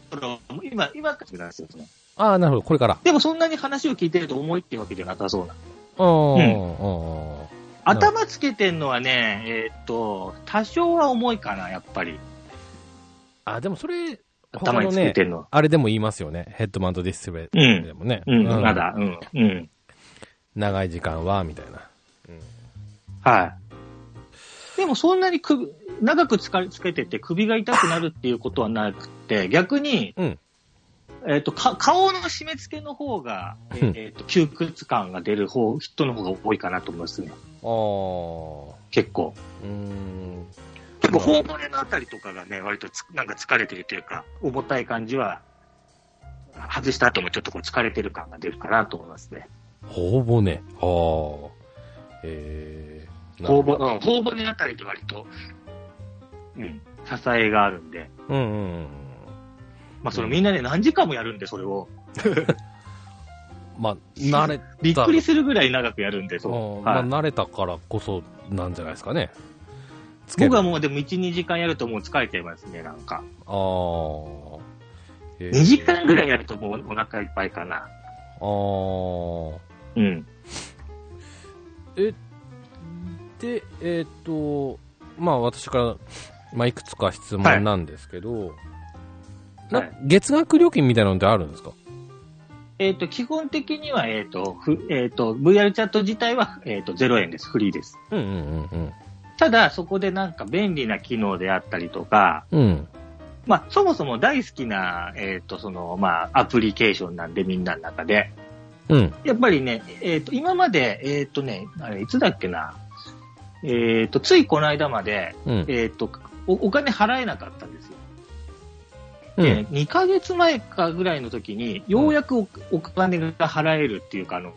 [SPEAKER 2] そろ今、今からなんですよ、その
[SPEAKER 1] ああなるほどこれから
[SPEAKER 2] でもそんなに話を聞いてると重いっていうわけではなさそうな。
[SPEAKER 1] ああ、
[SPEAKER 2] うん
[SPEAKER 1] あ
[SPEAKER 2] 頭つけてんのはね、えーっと、多少は重いかな、やっぱり。
[SPEAKER 1] ああでもそれ他
[SPEAKER 2] 頭に
[SPEAKER 1] の
[SPEAKER 2] つけ
[SPEAKER 1] ね
[SPEAKER 2] てんのは。
[SPEAKER 1] あれでも言いますよねヘッドマウントディスプレイでもね、
[SPEAKER 2] うん、
[SPEAKER 1] うん
[SPEAKER 2] まだ、うん、うん。
[SPEAKER 1] 長い時間はみたいな
[SPEAKER 2] はい。でもそんなに首、長くつかつけてて首が痛くなるっていうことはなくて、逆に、
[SPEAKER 1] うん
[SPEAKER 2] えっ、と、か顔の締め付けの方が、え
[SPEAKER 1] うん
[SPEAKER 2] っ、えーと、窮屈感が出る方、人の方が多いかなと思いますね。
[SPEAKER 1] ああ
[SPEAKER 2] 結構。
[SPEAKER 1] うーん
[SPEAKER 2] 結構、頬骨のあたりとかがね、割とつなんか疲れてるというか、重たい感じは、外した後もちょっとこう疲れてる感が出るかなと思いますね。
[SPEAKER 1] ほぼねああええ
[SPEAKER 2] 頬骨、うん頬骨あたりと割と、うん、支えがあるんで。
[SPEAKER 1] うんうんうん
[SPEAKER 2] まあ、そのみんなね、何時間もやるんで、それを。
[SPEAKER 1] まあ慣れ
[SPEAKER 2] びっくりするぐらい長くやるんで、そう。
[SPEAKER 1] うん
[SPEAKER 2] はい
[SPEAKER 1] まあ、慣れたからこそなんじゃないですかね。つける
[SPEAKER 2] 僕はもうでも1、2時間やるともう疲れちゃいますね、なんか。
[SPEAKER 1] ああ、えー
[SPEAKER 2] 2時間ぐらいやるともうお腹いっぱいかな。
[SPEAKER 1] あー
[SPEAKER 2] うん。
[SPEAKER 1] で、えーっと、まあ私から、まあ、いくつか質問なんですけど、な
[SPEAKER 2] はい
[SPEAKER 1] 月額料金みたいなのってあるんですか
[SPEAKER 2] えっ、と、基本的には、えっ、と、ふえっ、と、VR チャット自体は、えっ、と、0円です。フリーです。
[SPEAKER 1] うんうんうん
[SPEAKER 2] ただ、そこでなんか便利な機能であったりとか、
[SPEAKER 1] うん。うん。
[SPEAKER 2] まあ、そもそも大好きな、えっ、と、その、まあ、アプリケーションなんで、みんなの中で。
[SPEAKER 1] うん。
[SPEAKER 2] やっぱりね、えっ、と、今まで、えっ、とね、あれ、いつだっけな、えっ、と、ついこの間まで、
[SPEAKER 1] うん。
[SPEAKER 2] えっ、とお、お金払えなかったんですよ。
[SPEAKER 1] うん
[SPEAKER 2] で、2ヶ月前かぐらいの時に、ようやくおお金が払えるっていうか、あの、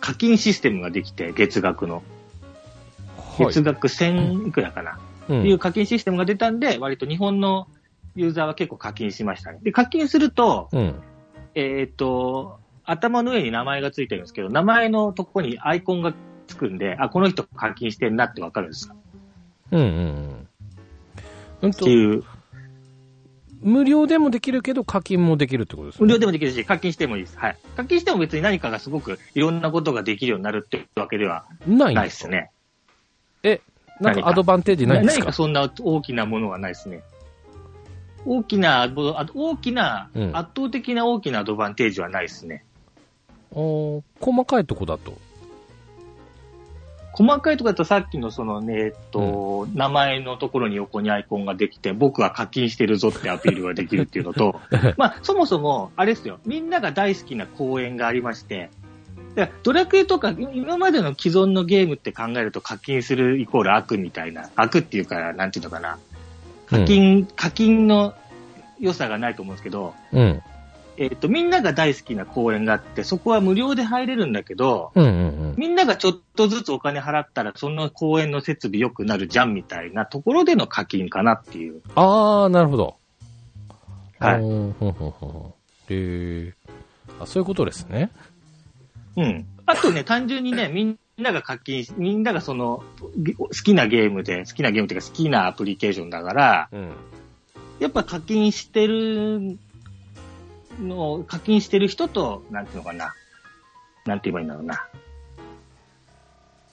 [SPEAKER 2] 課金システムができて、月額の。月額1000いくらかな、
[SPEAKER 1] うん
[SPEAKER 2] っていう課金システムが出たんで、割と日本のユーザーは結構課金しましたね。で、課金すると、
[SPEAKER 1] うん。
[SPEAKER 2] えっ、と、頭の上に名前がついてるんですけど、名前のとこにアイコンがつくんで、あ、この人課金してんなってわかるんですよ。
[SPEAKER 1] うんうんうん。うん
[SPEAKER 2] っ
[SPEAKER 1] と
[SPEAKER 2] て、いう、
[SPEAKER 1] 無料でもできるけど課金もできるってことですね。
[SPEAKER 2] 無料でもできるし、課金してもいいです。はい。課金しても別に何かがすごくいろんなことができるようになるってわけでは
[SPEAKER 1] ないん
[SPEAKER 2] ない
[SPEAKER 1] で
[SPEAKER 2] ですすね。
[SPEAKER 1] なん
[SPEAKER 2] 何
[SPEAKER 1] か
[SPEAKER 2] か
[SPEAKER 1] アドバンテージないんです
[SPEAKER 2] 何
[SPEAKER 1] か
[SPEAKER 2] かそんな大きなものはないですね。大きな、あ大きな、
[SPEAKER 1] うん
[SPEAKER 2] 圧倒的な大きなアドバンテージはないですね。
[SPEAKER 1] あー細かいとこだと。
[SPEAKER 2] 細かいところだとさっきのそのね、えっと、名前のところに横にアイコンができて、僕は課金してるぞってアピールができるっていうのと、まあ、そもそも、あれですよ、みんなが大好きな公園がありまして、だからドラクエとか、今までの既存のゲームって考えると課金するイコール悪みたいな、悪っていうか、なんていうのかな、課金、課金の良さがないと思うんですけど、
[SPEAKER 1] うん。
[SPEAKER 2] えっと、みんなが大好きな公園があって、そこは無料で入れるんだけど、
[SPEAKER 1] うんうん
[SPEAKER 2] みんながちょっとずつお金払ったら、その公園の設備良くなるじゃんみたいなところでの課金かなっていう。
[SPEAKER 1] うん。ああ、なるほど。
[SPEAKER 2] はい
[SPEAKER 1] あーほんほんほんほんへえ。あ、そういうことですね。
[SPEAKER 2] うん。あとね、 単純にね、みんなが課金し、みんながその、げ好きなゲームで、好きなゲームっていうか好きなアプリケーションだから、
[SPEAKER 1] うん。
[SPEAKER 2] やっぱ課金してるの、課金してる人と、なんていうのかな。なんて言えばいいんだろうな。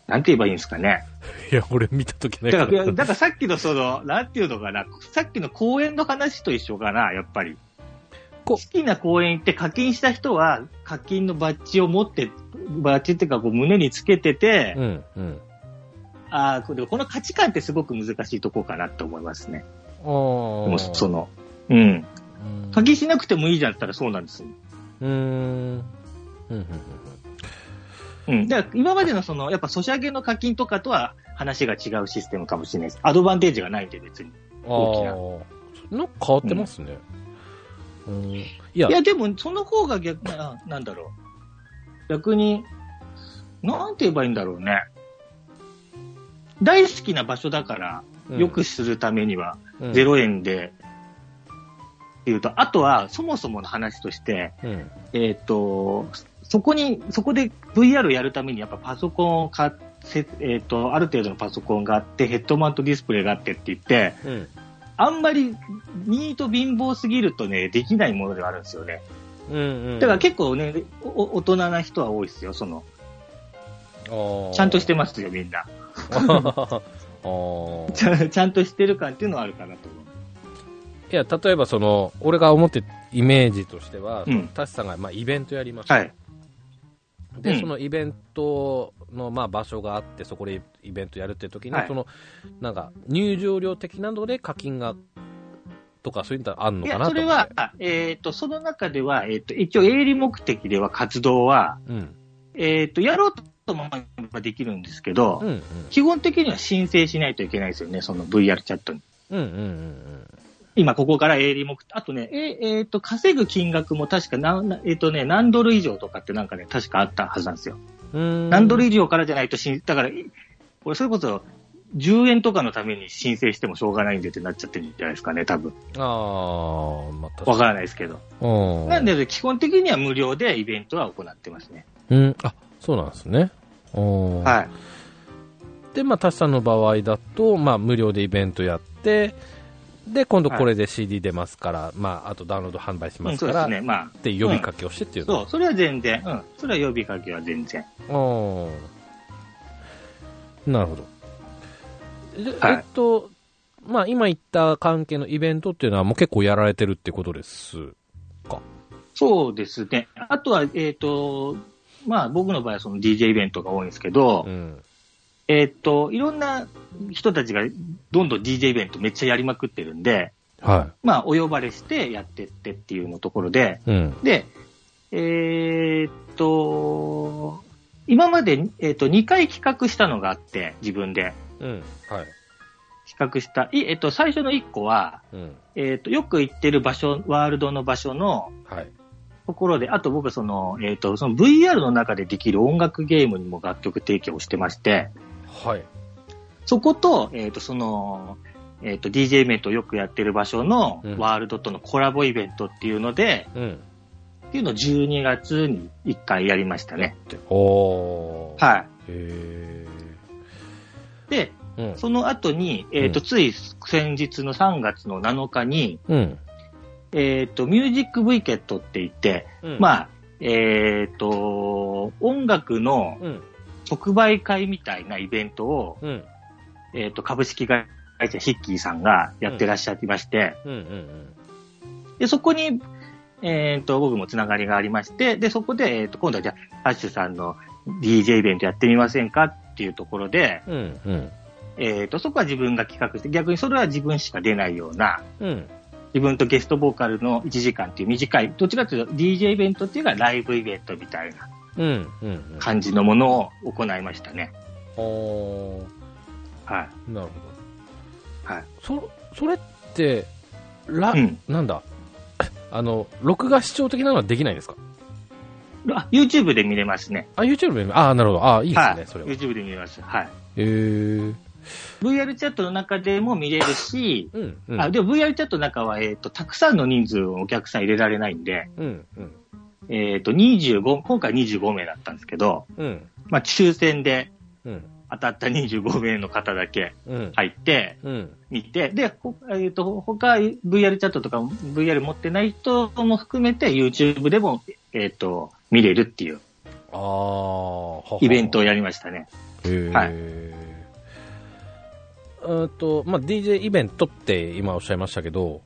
[SPEAKER 2] なんて言えばいいんですかね。
[SPEAKER 1] いや、俺見たときない
[SPEAKER 2] だ
[SPEAKER 1] か
[SPEAKER 2] か
[SPEAKER 1] ら。
[SPEAKER 2] ら、だからさっきのその、なんていうのかな、さっきの公園の話と一緒かな、やっぱり。
[SPEAKER 1] こ
[SPEAKER 2] 好きな公園行って課金した人は、課金のバッジを持って、バッジっていうかこう胸につけてて、
[SPEAKER 1] うんうん。
[SPEAKER 2] ああ、これこの価値観ってすごく難しいとこかなと思いますね。
[SPEAKER 1] あー
[SPEAKER 2] でもその、うん。
[SPEAKER 1] うん
[SPEAKER 2] 課金しなくてもいいじゃんって言ったらそうなんですよ。
[SPEAKER 1] うーん。うんうんうん
[SPEAKER 2] うん。だから今までのその、やっぱソシャゲの課金とかとは話が違うシステムかもしれないです。アドバンテージがないんで別に。大
[SPEAKER 1] ああ。なんか変わってますね。うん。いや
[SPEAKER 2] い、や、でも、その方が逆な、なんだろう。逆に、なんて言えばいいんだろうね。大好きな場所だから、
[SPEAKER 1] うん
[SPEAKER 2] 良くするためには、
[SPEAKER 1] うん
[SPEAKER 2] 0円で、っていうと、あとは、そもそもの話として、
[SPEAKER 1] うん。
[SPEAKER 2] えっ、と、そこに、そこで VR をやるために、やっぱパソコンを買って、えっ、と、ある程度のパソコンがあって、ヘッドマウントディスプレイがあってって言って、
[SPEAKER 1] うん。
[SPEAKER 2] あんまり、ニート貧乏すぎるとね、できないものではあるんですよね。
[SPEAKER 1] うんうん。
[SPEAKER 2] だから結構ね、お大人な人は多いですよ、その、
[SPEAKER 1] 構
[SPEAKER 2] ちゃんとして
[SPEAKER 1] ま
[SPEAKER 2] ますよ、みんな。
[SPEAKER 1] す。 あー
[SPEAKER 2] ちゃんちゃんとしてる感っていうのはあるかなと思う。
[SPEAKER 1] いや、例えばその、俺が思ってイメージとしては、
[SPEAKER 2] うん
[SPEAKER 1] タシさんがまあイベントやりました。
[SPEAKER 2] はい。う
[SPEAKER 1] で、
[SPEAKER 2] ん
[SPEAKER 1] そのイベントのまあ場所があって、そこでイベントやるって時に、
[SPEAKER 2] はい
[SPEAKER 1] その、なんか、入場料的なので課金が、とかそういうのあるの
[SPEAKER 2] い
[SPEAKER 1] か
[SPEAKER 2] や、
[SPEAKER 1] なと
[SPEAKER 2] そ
[SPEAKER 1] 思
[SPEAKER 2] れ
[SPEAKER 1] って
[SPEAKER 2] は、、あえっ、と、その中では、えっ、と、一応営利目的では活動は、
[SPEAKER 1] うん。
[SPEAKER 2] えっ、と、やろうと思えばできるんですけど、
[SPEAKER 1] うんうん。
[SPEAKER 2] 基本的には申請しないといけないですよね、その VR チャットに。
[SPEAKER 1] うんうんうん
[SPEAKER 2] 今、ここから営利目的、あとね、ええっと、稼ぐ金額も確かな、なえっ、とね、何ドル以上とかってなんかね、確かあったはずなんですよ。
[SPEAKER 1] うん。
[SPEAKER 2] 何ドル
[SPEAKER 1] 以
[SPEAKER 2] 以上からじゃないと申、だから、いこれそれこそ、10円とかのために申請してもしょうがないんでってなっちゃってるんじゃないですかね、多分。
[SPEAKER 1] ああ、また。
[SPEAKER 2] わからないですけど。
[SPEAKER 1] うん。
[SPEAKER 2] なんで、基本的には無料でイベントは行ってますね。
[SPEAKER 1] うん。あ、そうなんですね。お
[SPEAKER 2] はい。
[SPEAKER 1] で、まあ、タシさんの場合だと、まあ、無料でイベントやって、で、今度これで CD 出ますから、まあ、あとダウンロード販売し
[SPEAKER 2] う
[SPEAKER 1] ま
[SPEAKER 2] ん、
[SPEAKER 1] す
[SPEAKER 2] そう
[SPEAKER 1] か
[SPEAKER 2] で
[SPEAKER 1] ら、
[SPEAKER 2] すね。まあ、
[SPEAKER 1] って呼びかけをしてっていう
[SPEAKER 2] そ
[SPEAKER 1] の
[SPEAKER 2] う、それは全然、うん。それは呼びかけは全然。
[SPEAKER 1] うんなるほど。で
[SPEAKER 2] はい
[SPEAKER 1] えっと、まあ、今言った関係のイベントっていうのはもう結構やられてるってことです。
[SPEAKER 2] そうですね。あとは、えっ、と、まあ、僕の場合はその DJ イベントが多いんですけど、
[SPEAKER 1] うん。
[SPEAKER 2] えっ、と、いろんな人たちがどんどん DJ イベントめっちゃやりまくってるんで、
[SPEAKER 1] は
[SPEAKER 2] まあ、お呼ばれしてやってってっていうのところで、
[SPEAKER 1] い。うん。
[SPEAKER 2] で、えーっと、今まで、えーっと2回企画したのがあって、自分で
[SPEAKER 1] うん。はい。
[SPEAKER 2] 企画した。いえっと、最初の1個は、
[SPEAKER 1] うん。
[SPEAKER 2] えーっと、よく行ってる場所、ワールドの場所の
[SPEAKER 1] はい。
[SPEAKER 2] ところで、あと僕はその、えーっと、その VR の中でできる音楽ゲームにも楽曲提供してまして、
[SPEAKER 1] はい。
[SPEAKER 2] そこと、えーっと、その、えーっと、DJ イベントをよくやってる場所の
[SPEAKER 1] うん
[SPEAKER 2] ワールドとのコラボイベントっていうので、
[SPEAKER 1] うん。
[SPEAKER 2] っていうのを12月に1回やりましたね。
[SPEAKER 1] おー。
[SPEAKER 2] はい。
[SPEAKER 1] へ
[SPEAKER 2] で、
[SPEAKER 1] ー。うん。
[SPEAKER 2] その後に、えっ、と、
[SPEAKER 1] うん
[SPEAKER 2] つい先日の3月の7日に、
[SPEAKER 1] うん。
[SPEAKER 2] えっ、と、ミュージックブイケットって言って、
[SPEAKER 1] うん
[SPEAKER 2] まあ、えっ、と、音楽の
[SPEAKER 1] うん。
[SPEAKER 2] 即売会みたいなイベントを、
[SPEAKER 1] うん。
[SPEAKER 2] えっ、と、株式会社ヒッキーさんがやってらっしゃいまして、
[SPEAKER 1] うん。うん。
[SPEAKER 2] で、そこに、えっ、と、僕もつながりがありまして、で、そこで、えっ、と、今度はじゃあ、ハッシュさんの DJ イベントやってみませんかってっていうところで、
[SPEAKER 1] うん、うん。
[SPEAKER 2] えっ、と、そこは自分が企画して、逆にそれは自分しか出ないような、
[SPEAKER 1] うん。
[SPEAKER 2] 自分とゲストボーカルの1時間っていう短い、どちらかというと DJ イベントっていうのはライブイベントみたいな
[SPEAKER 1] うん、うん。
[SPEAKER 2] 感じのものを行いましたね。
[SPEAKER 1] お
[SPEAKER 2] はい。
[SPEAKER 1] なるほど。
[SPEAKER 2] はい。
[SPEAKER 1] そ、それって、ら、
[SPEAKER 2] うん。
[SPEAKER 1] なんだ、 あの、録画視聴的なのはできないんですか
[SPEAKER 2] あ YouTube で見れますね。
[SPEAKER 1] あ、YouTube で見ああ、なるほど。ああ、いいですね、
[SPEAKER 2] はい。
[SPEAKER 1] それは。へ
[SPEAKER 2] YouTube で見れます。はい。
[SPEAKER 1] えー。
[SPEAKER 2] VR チャットの中でも見れるし、
[SPEAKER 1] うん、うん。
[SPEAKER 2] あでも VR チャットの中は、えっとたくさんの人数をお客さん入れられないんで、
[SPEAKER 1] うん、うん。
[SPEAKER 2] えっと25今回25名だったんですけど、
[SPEAKER 1] うん、
[SPEAKER 2] まあ、抽選で
[SPEAKER 1] うん、
[SPEAKER 2] 当たった25名の方だけ
[SPEAKER 1] うん。
[SPEAKER 2] 入って、
[SPEAKER 1] うん、
[SPEAKER 2] 見て、で、ほえっと他 VR チャットとか VR 持ってない人も含めて YouTube でも、えっと見れるっていう
[SPEAKER 1] ああ、
[SPEAKER 2] イベントをやりましたね。
[SPEAKER 1] へ
[SPEAKER 2] は
[SPEAKER 1] え。うんと、まあ、DJ イベントって今おっしゃいましたけど、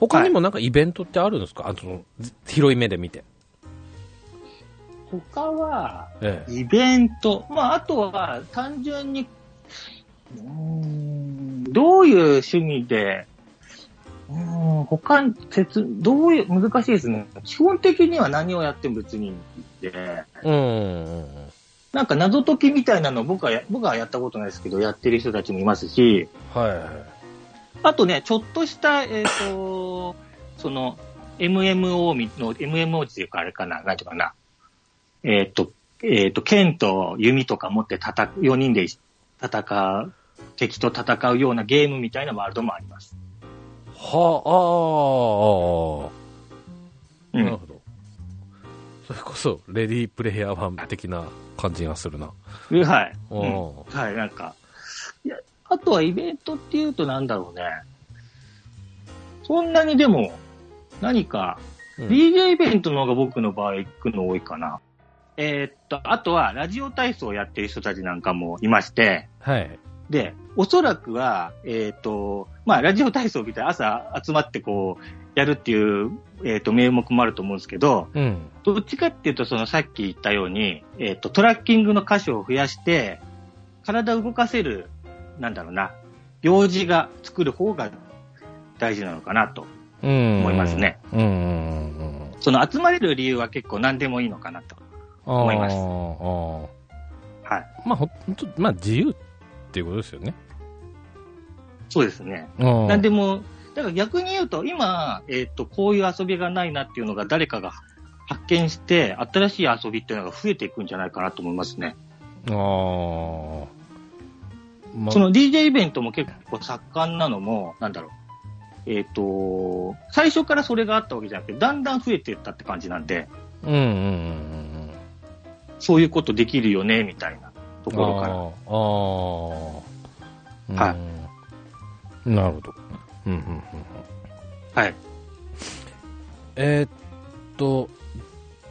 [SPEAKER 1] 他にもなんかイベントってあるんですか、あの、ず広い目で見て。
[SPEAKER 2] 他は、
[SPEAKER 1] ええ。
[SPEAKER 2] イベント、まあ、あとは単純に、うーんどういう趣味で、うーん他に説、どういう、難しいですね。基本的には何をやっても別にいいんで、
[SPEAKER 1] うんうんうん。
[SPEAKER 2] なんか謎解きみたいなの僕はや、僕はやったことないですけど、やってる人たちもいますし、
[SPEAKER 1] はいはい。
[SPEAKER 2] あとね、ちょっとした、えっ、と、その、MMO みの、MMO っていうかあれかな、なんていうかな。えっ、と、えっ、と、剣と弓とか持って戦う、4人で戦う、敵と戦うようなゲームみたいなワールドもあります。
[SPEAKER 1] はあ、あ
[SPEAKER 2] う
[SPEAKER 1] あ、なる
[SPEAKER 2] ん。
[SPEAKER 1] ほど。それこそ、レディープレイヤー版的な感じがするな。
[SPEAKER 2] ではい。
[SPEAKER 1] あ
[SPEAKER 2] うん
[SPEAKER 1] ー
[SPEAKER 2] はい、なんか。いや、あとはイベントっていうとなんだろうね。そんなにでも、何か、
[SPEAKER 1] うん
[SPEAKER 2] DJ イベントの方が僕の場合行くの多いかな。えーっと、あとは、ラジオ体操をやってる人たちなんかもいまして、
[SPEAKER 1] はい。
[SPEAKER 2] で、おそらくは、えーっと、まあ、ラジオ体操みたいな朝集まってこう、やるっていう、えーっと、名目もあると思うんですけど、
[SPEAKER 1] うん。
[SPEAKER 2] どっちかっていうと、そのさっき言ったように、えっ、と、トラッキングの箇所を増やして、体を動かせる、なんだろうな、行事が作る方が大事なのかなと。
[SPEAKER 1] うん。
[SPEAKER 2] 思いますね。
[SPEAKER 1] うんうんうんうん。
[SPEAKER 2] その集まれる理由は結構何でもいいのかなと。
[SPEAKER 1] 思
[SPEAKER 2] いますは。
[SPEAKER 1] はいまあ、ほんと、まあ、自由っていうことですよね。
[SPEAKER 2] そうですね。
[SPEAKER 1] な
[SPEAKER 2] 何でも、だから逆に言うと、今、えっ、と、こういう遊びがないなっていうのが誰かが発見して、新しい遊びっていうのが増えていくんじゃないかなと思いますね。
[SPEAKER 1] ああ。ま
[SPEAKER 2] その DJ イベントも結構盛んなのも、なんだろう。えっ、と、最初からそれがあったわけじゃなくて、だんだん増えていったって感じなんで、
[SPEAKER 1] うんうんうん
[SPEAKER 2] そういうことできるよね、みたいなと
[SPEAKER 1] うん。
[SPEAKER 2] ころから。
[SPEAKER 1] ああ。。
[SPEAKER 2] はい
[SPEAKER 1] なるほど。うんうんうんうん。
[SPEAKER 2] はい。
[SPEAKER 1] えーっと、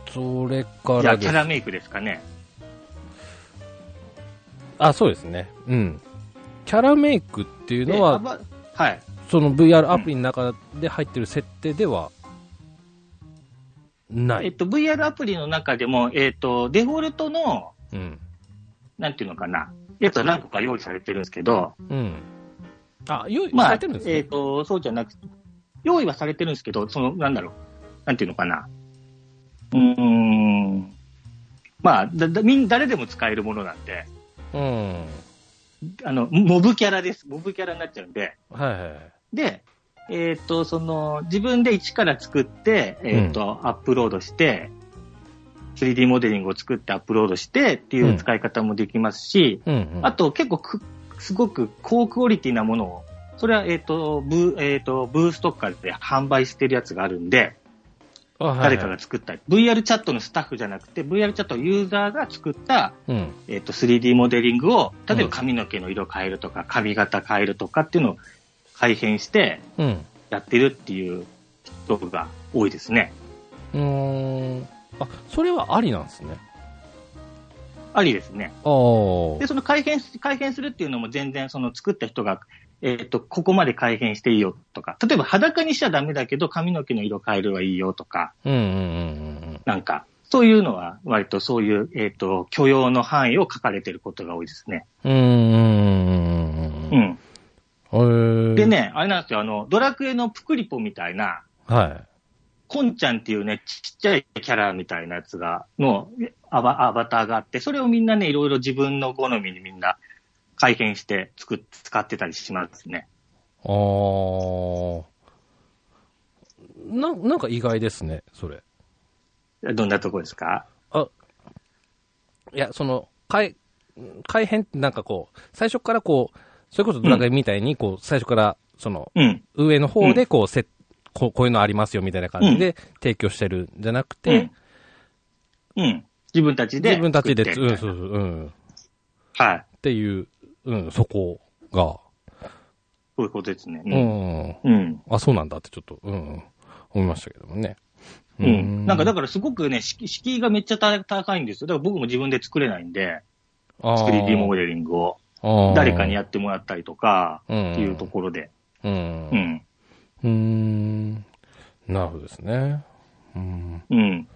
[SPEAKER 1] それか
[SPEAKER 2] じ
[SPEAKER 1] ら
[SPEAKER 2] ゃあ、キ
[SPEAKER 1] で
[SPEAKER 2] ャ
[SPEAKER 1] す。
[SPEAKER 2] ラメイクですかね。
[SPEAKER 1] あ、そうですね。うん。キャラメイクっていうの
[SPEAKER 2] でア
[SPEAKER 1] は、
[SPEAKER 2] バはい。
[SPEAKER 1] その VR アプリの中で入ってる設定では、な
[SPEAKER 2] えっ
[SPEAKER 1] い。
[SPEAKER 2] と、VR アプリの中でも、えっ、と、デフォルトの、
[SPEAKER 1] うん。
[SPEAKER 2] なんていうのかな、やつは何個か用意されてるんですけど、
[SPEAKER 1] うん。あ、用意
[SPEAKER 2] ま
[SPEAKER 1] さ
[SPEAKER 2] あ、
[SPEAKER 1] れてるんですね。
[SPEAKER 2] えっ、と、そうじゃなくて、用意はされてるんですけど、その、なんだろう、なんていうのかな。うーん。まあ、だ、だ、みん、誰でも使えるものなんで、
[SPEAKER 1] うん。
[SPEAKER 2] あの、モブキャラです。モブキャラになっちゃうんで。
[SPEAKER 1] はいはいはい。
[SPEAKER 2] で、えっ、と、その、自分で一から作って、えっ、と、アップロードして、3D モデリングを作ってアップロードしてっていう使い方もできますし、
[SPEAKER 1] うん、うん。
[SPEAKER 2] あと結構く、すごく高クオリティなものを、それは、えっ、と、ブー、えっ、と、ブースとかで販売してるやつがあるんで、
[SPEAKER 1] あ、はいはい
[SPEAKER 2] 誰かが作った、VR チャットのスタッフじゃなくて、VR チャットのユーザーが作った、
[SPEAKER 1] うん。
[SPEAKER 2] えっ、と、3D モデリングを、例え
[SPEAKER 1] うん
[SPEAKER 2] ば髪の毛の色変えるとか、髪型変えるとかっていうのを改変して
[SPEAKER 1] うん。
[SPEAKER 2] やってるっていう人が多いですね。
[SPEAKER 1] うーん。あ、それはありなんですね。
[SPEAKER 2] ありですね。
[SPEAKER 1] ああ。
[SPEAKER 2] で、その改変す、改変するっていうのも全然その作った人が、えっ、と、ここまで改変していいよとか、例えば裸にしちゃダメだけど髪の毛の色変えるはいいよとか、
[SPEAKER 1] うんうんうんうんうん。
[SPEAKER 2] なんか、そういうのは、割とそういう、えっ、と、許容の範囲を書かれてることが多いですね。
[SPEAKER 1] うーん。
[SPEAKER 2] うん。
[SPEAKER 1] うん。
[SPEAKER 2] で。ね、あれなんですよ、あの、ドラクエのプクリポみたいな、
[SPEAKER 1] は
[SPEAKER 2] コンちゃんっていうね、ちっちゃいキャラみたいなやつが、のアバアバターがあって、それをみんなね、いろいろ自分の好みにみんな改変して作っ使ってたりしますね。
[SPEAKER 1] い。あー。な、なんか意外ですね、それ。
[SPEAKER 2] どんなとこですか
[SPEAKER 1] あ、いや、その、改、改変ってなんかこう、最初からこう、それこそドラクエみたいに、こう、最初から、その、
[SPEAKER 2] うん。
[SPEAKER 1] 上の方でこう、せこう、こういうのありますよみたいな感じで提供してるんじゃなくて、
[SPEAKER 2] うん。自分たち
[SPEAKER 1] 自
[SPEAKER 2] で作
[SPEAKER 1] 分
[SPEAKER 2] ったて
[SPEAKER 1] ち
[SPEAKER 2] みた
[SPEAKER 1] で
[SPEAKER 2] いな。、
[SPEAKER 1] うん、そうそう、うん、っ
[SPEAKER 2] はい。
[SPEAKER 1] ていう、うん、そこが、
[SPEAKER 2] そういうことですね。
[SPEAKER 1] う。ん、
[SPEAKER 2] うん。
[SPEAKER 1] あ、そうなんだってちょっと、うん、思いましたけどもね。
[SPEAKER 2] うん。なんかだ
[SPEAKER 1] か
[SPEAKER 2] からすごくね、敷敷居がめっちゃた高いんですよ。だから僕も自分で作れないんで、
[SPEAKER 1] ら
[SPEAKER 2] 3D モ
[SPEAKER 1] デ
[SPEAKER 2] デリングを
[SPEAKER 1] ル
[SPEAKER 2] 誰かにや
[SPEAKER 1] っ
[SPEAKER 2] ってもらったりとか、
[SPEAKER 1] て
[SPEAKER 2] っていうところで。
[SPEAKER 1] う。
[SPEAKER 2] うんん。
[SPEAKER 1] うん。なるほどですね。うん。
[SPEAKER 2] うん。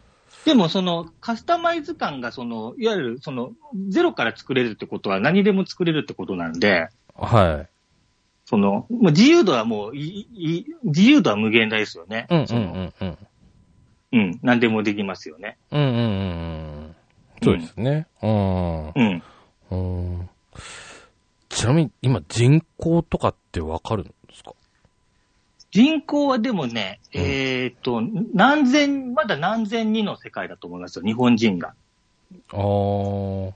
[SPEAKER 2] でもそのカスタマイズ感がその、いわゆるそのゼロから作れるってことは何でも作れるってことなんで、
[SPEAKER 1] はい。
[SPEAKER 2] その、もう自由度はもういい、い自由度は無限大ですよね。
[SPEAKER 1] うんう
[SPEAKER 2] その
[SPEAKER 1] んうんうん。
[SPEAKER 2] うん。何でもできますよね。
[SPEAKER 1] うんうんうんうん。そうですね。うん。
[SPEAKER 2] うん。
[SPEAKER 1] うんちなみに、今、人口とかってわかるんですか
[SPEAKER 2] 人口はでもね、
[SPEAKER 1] うん
[SPEAKER 2] えっ、と、何千、まだ何千人の世界だと思いますよ、日本人が。
[SPEAKER 1] あー。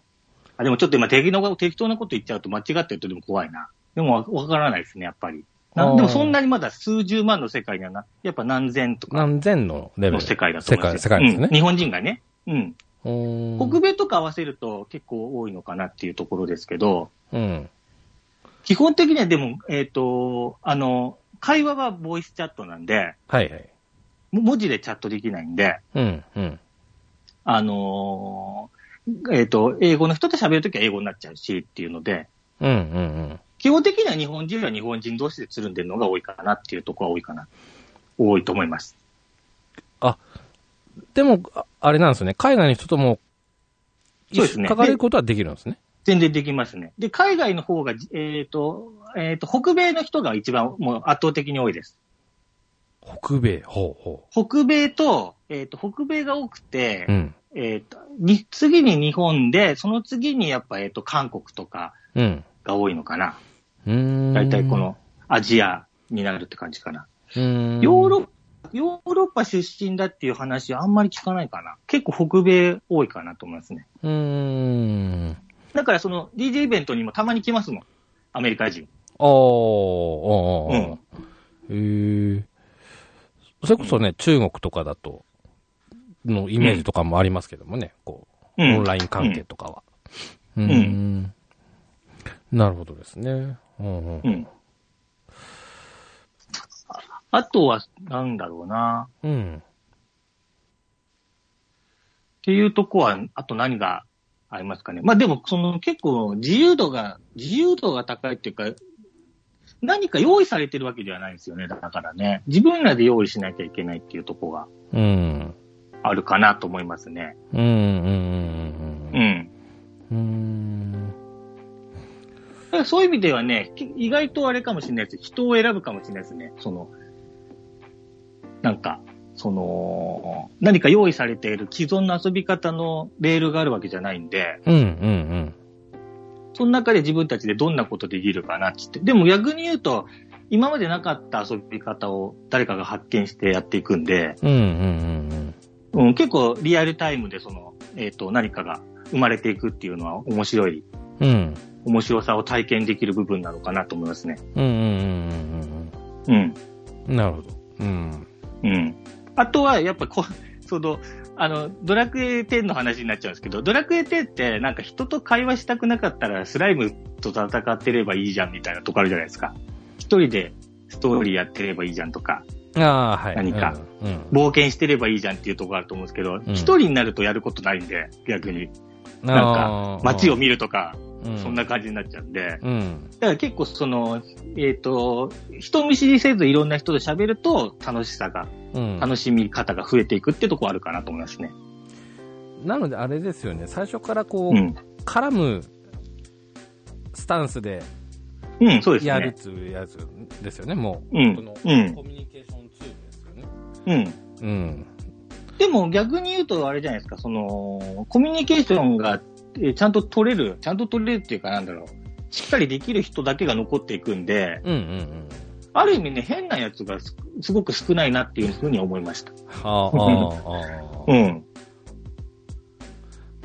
[SPEAKER 2] あでもちょっと今適当、適当なこと言っちゃうと間違ってるとでも怖いな。でもわわからないですね、やっぱり。な
[SPEAKER 1] あー
[SPEAKER 2] でもそんなにまだ数十万の世界にはな、やっぱ何千とか
[SPEAKER 1] 何千のレベル
[SPEAKER 2] の世界だと思います
[SPEAKER 1] 世界、世界です
[SPEAKER 2] うん
[SPEAKER 1] ね。
[SPEAKER 2] 日本人がね。うん。
[SPEAKER 1] うん
[SPEAKER 2] 北米とか合わせると結構多いのかなっていうところですけど、
[SPEAKER 1] うん。
[SPEAKER 2] 基本的にはでも、えっ、と、あの、会話はボイスチャットなんで、
[SPEAKER 1] はいはい。
[SPEAKER 2] も文字でチャットできないんで、
[SPEAKER 1] うん、うん。
[SPEAKER 2] あのーえっ、と、英語の人と喋るときは英語になっちゃうしっていうので、
[SPEAKER 1] うん、うん、
[SPEAKER 2] 基本的には日本人は日本人同士でつるんでるのが多いかなっていうところは多いかな。多いと思います。
[SPEAKER 1] うん。でも、ああれなんですよね。海外の人とも、
[SPEAKER 2] そうですね
[SPEAKER 1] かかれることはできるんですね。
[SPEAKER 2] 全然できますね。で、海外の方が、えっ、と、えっ、と、北米の人が一番もう圧倒的に多いです。
[SPEAKER 1] 北米、ほうほ
[SPEAKER 2] 北米と、えっ、と、北米が多くて
[SPEAKER 1] う。う、ん。
[SPEAKER 2] えっ、と、に次に日本で、その次にやっぱ、えっ、と、韓国とか
[SPEAKER 1] うん。
[SPEAKER 2] が多いのかな。
[SPEAKER 1] うーん。
[SPEAKER 2] 大体このアジアになるって感じかな。
[SPEAKER 1] うーん、
[SPEAKER 2] ヨーロッパ、ヨーロッパ出身だっていう話はあんまり聞かないかな。結構北米多いかなと思いますね。
[SPEAKER 1] うーん。
[SPEAKER 2] だからその DJ イベントにもたまに来ますもん。アメリカ人。
[SPEAKER 1] あー、あーあー、へえ。それこそね、中国とかだと、のイメージとかもありますけどもね、こ
[SPEAKER 2] う
[SPEAKER 1] う、
[SPEAKER 2] ん。
[SPEAKER 1] オンライン関係とかは。うんん。んなるほどですね。うんうん
[SPEAKER 2] う。ん。あとは、なんだろうな。
[SPEAKER 1] うん。
[SPEAKER 2] っていうとこは、あと何がありますかね。まあでも、その結構自由度が、自由度が高いっていうか、何か用意されてるわけではないんですよね。だからね。自分らで用意しなきゃいけないっていうとこが
[SPEAKER 1] うん。
[SPEAKER 2] あるかなと思いますね。
[SPEAKER 1] うん。うん。うん
[SPEAKER 2] う。ん。
[SPEAKER 1] うん。うん。
[SPEAKER 2] だからそういう意味ではね、き意外とあれかもしれないです。人を選ぶかもしれないですね。その、なんか、その、何か用意されている既存の遊び方のレールがあるわけじゃないんで、
[SPEAKER 1] うん。うん。
[SPEAKER 2] その中で自分たちでどんなことできるかなっつって。でも逆に言うと、今までなかった遊び方を誰かが発見してやっていくんで、
[SPEAKER 1] うん。うん。うん。
[SPEAKER 2] うん、結構リアルタイムでその、えっ、と、何かが生まれていくっていうのは面白い、
[SPEAKER 1] うん。
[SPEAKER 2] 面白さを体験できる部分なのかなと思いますね。
[SPEAKER 1] うん。うん。
[SPEAKER 2] うん。
[SPEAKER 1] うん。なるほど。うん。
[SPEAKER 2] うん。あとは、やっぱこう、 その、あの、ドラクエ10の話になっちゃうんですけど、ドラクエ10ってなんか人と会話したくなかったらスライムと戦ってればいいじゃんみたいなとこあるじゃないですか。一人でストーリーやってればいいじゃんとか、
[SPEAKER 1] ああ、はい。
[SPEAKER 2] 何か
[SPEAKER 1] うん。
[SPEAKER 2] 冒険してればいいじゃんっていうとこあると思うんですけど、一、人になるとやることないんで、逆に。
[SPEAKER 1] うん。
[SPEAKER 2] なん
[SPEAKER 1] あ
[SPEAKER 2] か
[SPEAKER 1] ー
[SPEAKER 2] 街を見るとか、
[SPEAKER 1] うん
[SPEAKER 2] そんな感じになっちゃうんで、
[SPEAKER 1] うん。
[SPEAKER 2] だから結構その、えっ、と、人見知りせずいろんな人と喋ると楽しさが、
[SPEAKER 1] うん。
[SPEAKER 2] 楽しみ方が増えていくってとこあるかなと思いますね。
[SPEAKER 1] なのであれですよね、最初からこう、
[SPEAKER 2] うん。
[SPEAKER 1] 絡むスタンスで
[SPEAKER 2] うん、そうです
[SPEAKER 1] やるっ
[SPEAKER 2] ね。
[SPEAKER 1] ていうやつですよね、もう。
[SPEAKER 2] うん
[SPEAKER 1] この
[SPEAKER 2] うん
[SPEAKER 1] コミュニケーションツールですよね。
[SPEAKER 2] うん。
[SPEAKER 1] うん。
[SPEAKER 2] でも逆に言うとあれじゃないですか、その、コミュニケーションが、えーちゃんと取れる、ちゃんと取れるっていうかなんだろう。しっかりできる人だけが残っていくんで、
[SPEAKER 1] うんうんうん。
[SPEAKER 2] ある意味ね、変なやつがすすごく少ないなっていうふうに思いました。
[SPEAKER 1] はあ、ああ、
[SPEAKER 2] う
[SPEAKER 1] あ
[SPEAKER 2] ん。
[SPEAKER 1] あ。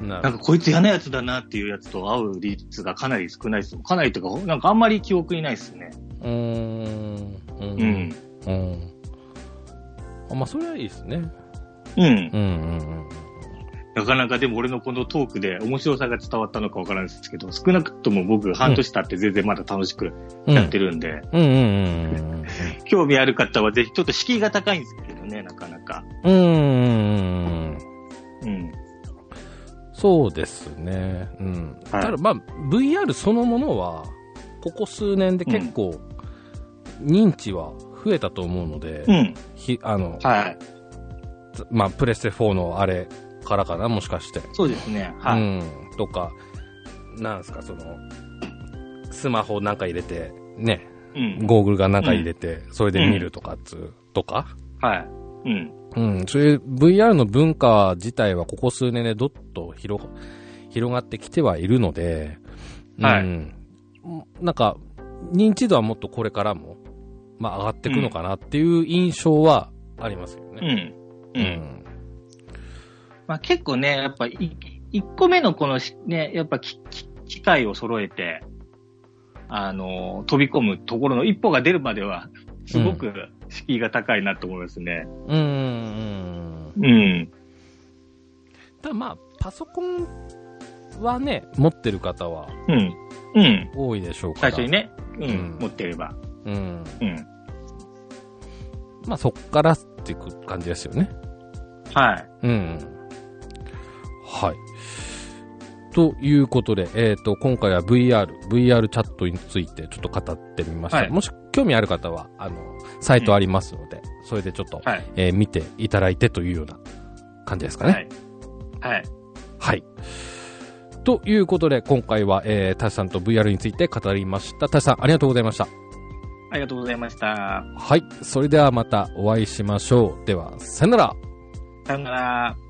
[SPEAKER 1] な
[SPEAKER 2] な
[SPEAKER 1] る
[SPEAKER 2] ん
[SPEAKER 1] ほ
[SPEAKER 2] かこいつ嫌なやつだなっていうやつと会う率がかなり少ないです。かなりとか、なんかあんまり記憶にないですね。
[SPEAKER 1] ど。うーん。う
[SPEAKER 2] う。ん。
[SPEAKER 1] うん。あまあ、それはいいですね。
[SPEAKER 2] うん
[SPEAKER 1] う。んうん
[SPEAKER 2] なかなかでも俺のこのトークで面白さが伝わったのかわからないですけど、少なくとも僕半年経って全然まだ楽しく
[SPEAKER 1] うん。
[SPEAKER 2] やって
[SPEAKER 1] る。
[SPEAKER 2] るんで、
[SPEAKER 1] うんうんうん
[SPEAKER 2] 興味ある方はぜひ、ちょっと敷居が高いんですけどね、なかなか。
[SPEAKER 1] うん。うんうん。
[SPEAKER 2] うん。
[SPEAKER 1] そうですね。うん。
[SPEAKER 2] はい
[SPEAKER 1] ただ、まあ、VR そのものは、ここ数年で結構、認知は増えたと思うので、
[SPEAKER 2] うん。
[SPEAKER 1] ひあの、
[SPEAKER 2] はい。
[SPEAKER 1] まあ、プレステ4のあれからかな、もしかして。
[SPEAKER 2] そうですね。は
[SPEAKER 1] う
[SPEAKER 2] い。
[SPEAKER 1] ん。とか、なんですか、その、スマホなんか入れて、ね、
[SPEAKER 2] うん。
[SPEAKER 1] ゴーグルがなんか入れて、それで見るとかっつう、とか。
[SPEAKER 2] はい。うん。
[SPEAKER 1] うん、そういう VR の文化自体はここ数年でどっと広が、広がってきてはいるので、
[SPEAKER 2] はい
[SPEAKER 1] うん、なんか、認知度はもっとこれからも、まあ上がっていくのかなっていう印象はありますよ
[SPEAKER 2] う
[SPEAKER 1] ね。
[SPEAKER 2] ん。
[SPEAKER 1] う
[SPEAKER 2] うん。
[SPEAKER 1] ん。
[SPEAKER 2] まあ結構ね、やっぱい、一個目のこのしね、やっぱきき機械を揃えて、あの、飛び込むところの一歩が出るまでは、すごく敷居が高いなと思いますね。
[SPEAKER 1] うん。うん。
[SPEAKER 2] うん。
[SPEAKER 1] ただまあ、パソコンはね、持ってる方は
[SPEAKER 2] うん。うん。
[SPEAKER 1] 多いでしょうから。
[SPEAKER 2] 最初にね、うん、
[SPEAKER 1] うん
[SPEAKER 2] 持ってれば。
[SPEAKER 1] うん。
[SPEAKER 2] うん。
[SPEAKER 1] まあそっからっていう感じですよね。
[SPEAKER 2] はい。
[SPEAKER 1] うん。はい。ということで、えっ、と、今回は VR、VR チャットについてちょっと語ってみました。
[SPEAKER 2] はい
[SPEAKER 1] もし興味ある方は、あの、サイトありますので、それでちょっと、
[SPEAKER 2] はい。
[SPEAKER 1] えー見ていただいてというような感じですかね。
[SPEAKER 2] はい。はい。
[SPEAKER 1] はい。ということで、今回は、えー、タシさんと VR について語りました。タシさん、ありがとうございました。
[SPEAKER 2] ありがとうございました。
[SPEAKER 1] はい。それではまたお会いしましょう。では、さよなら。
[SPEAKER 2] さよなら。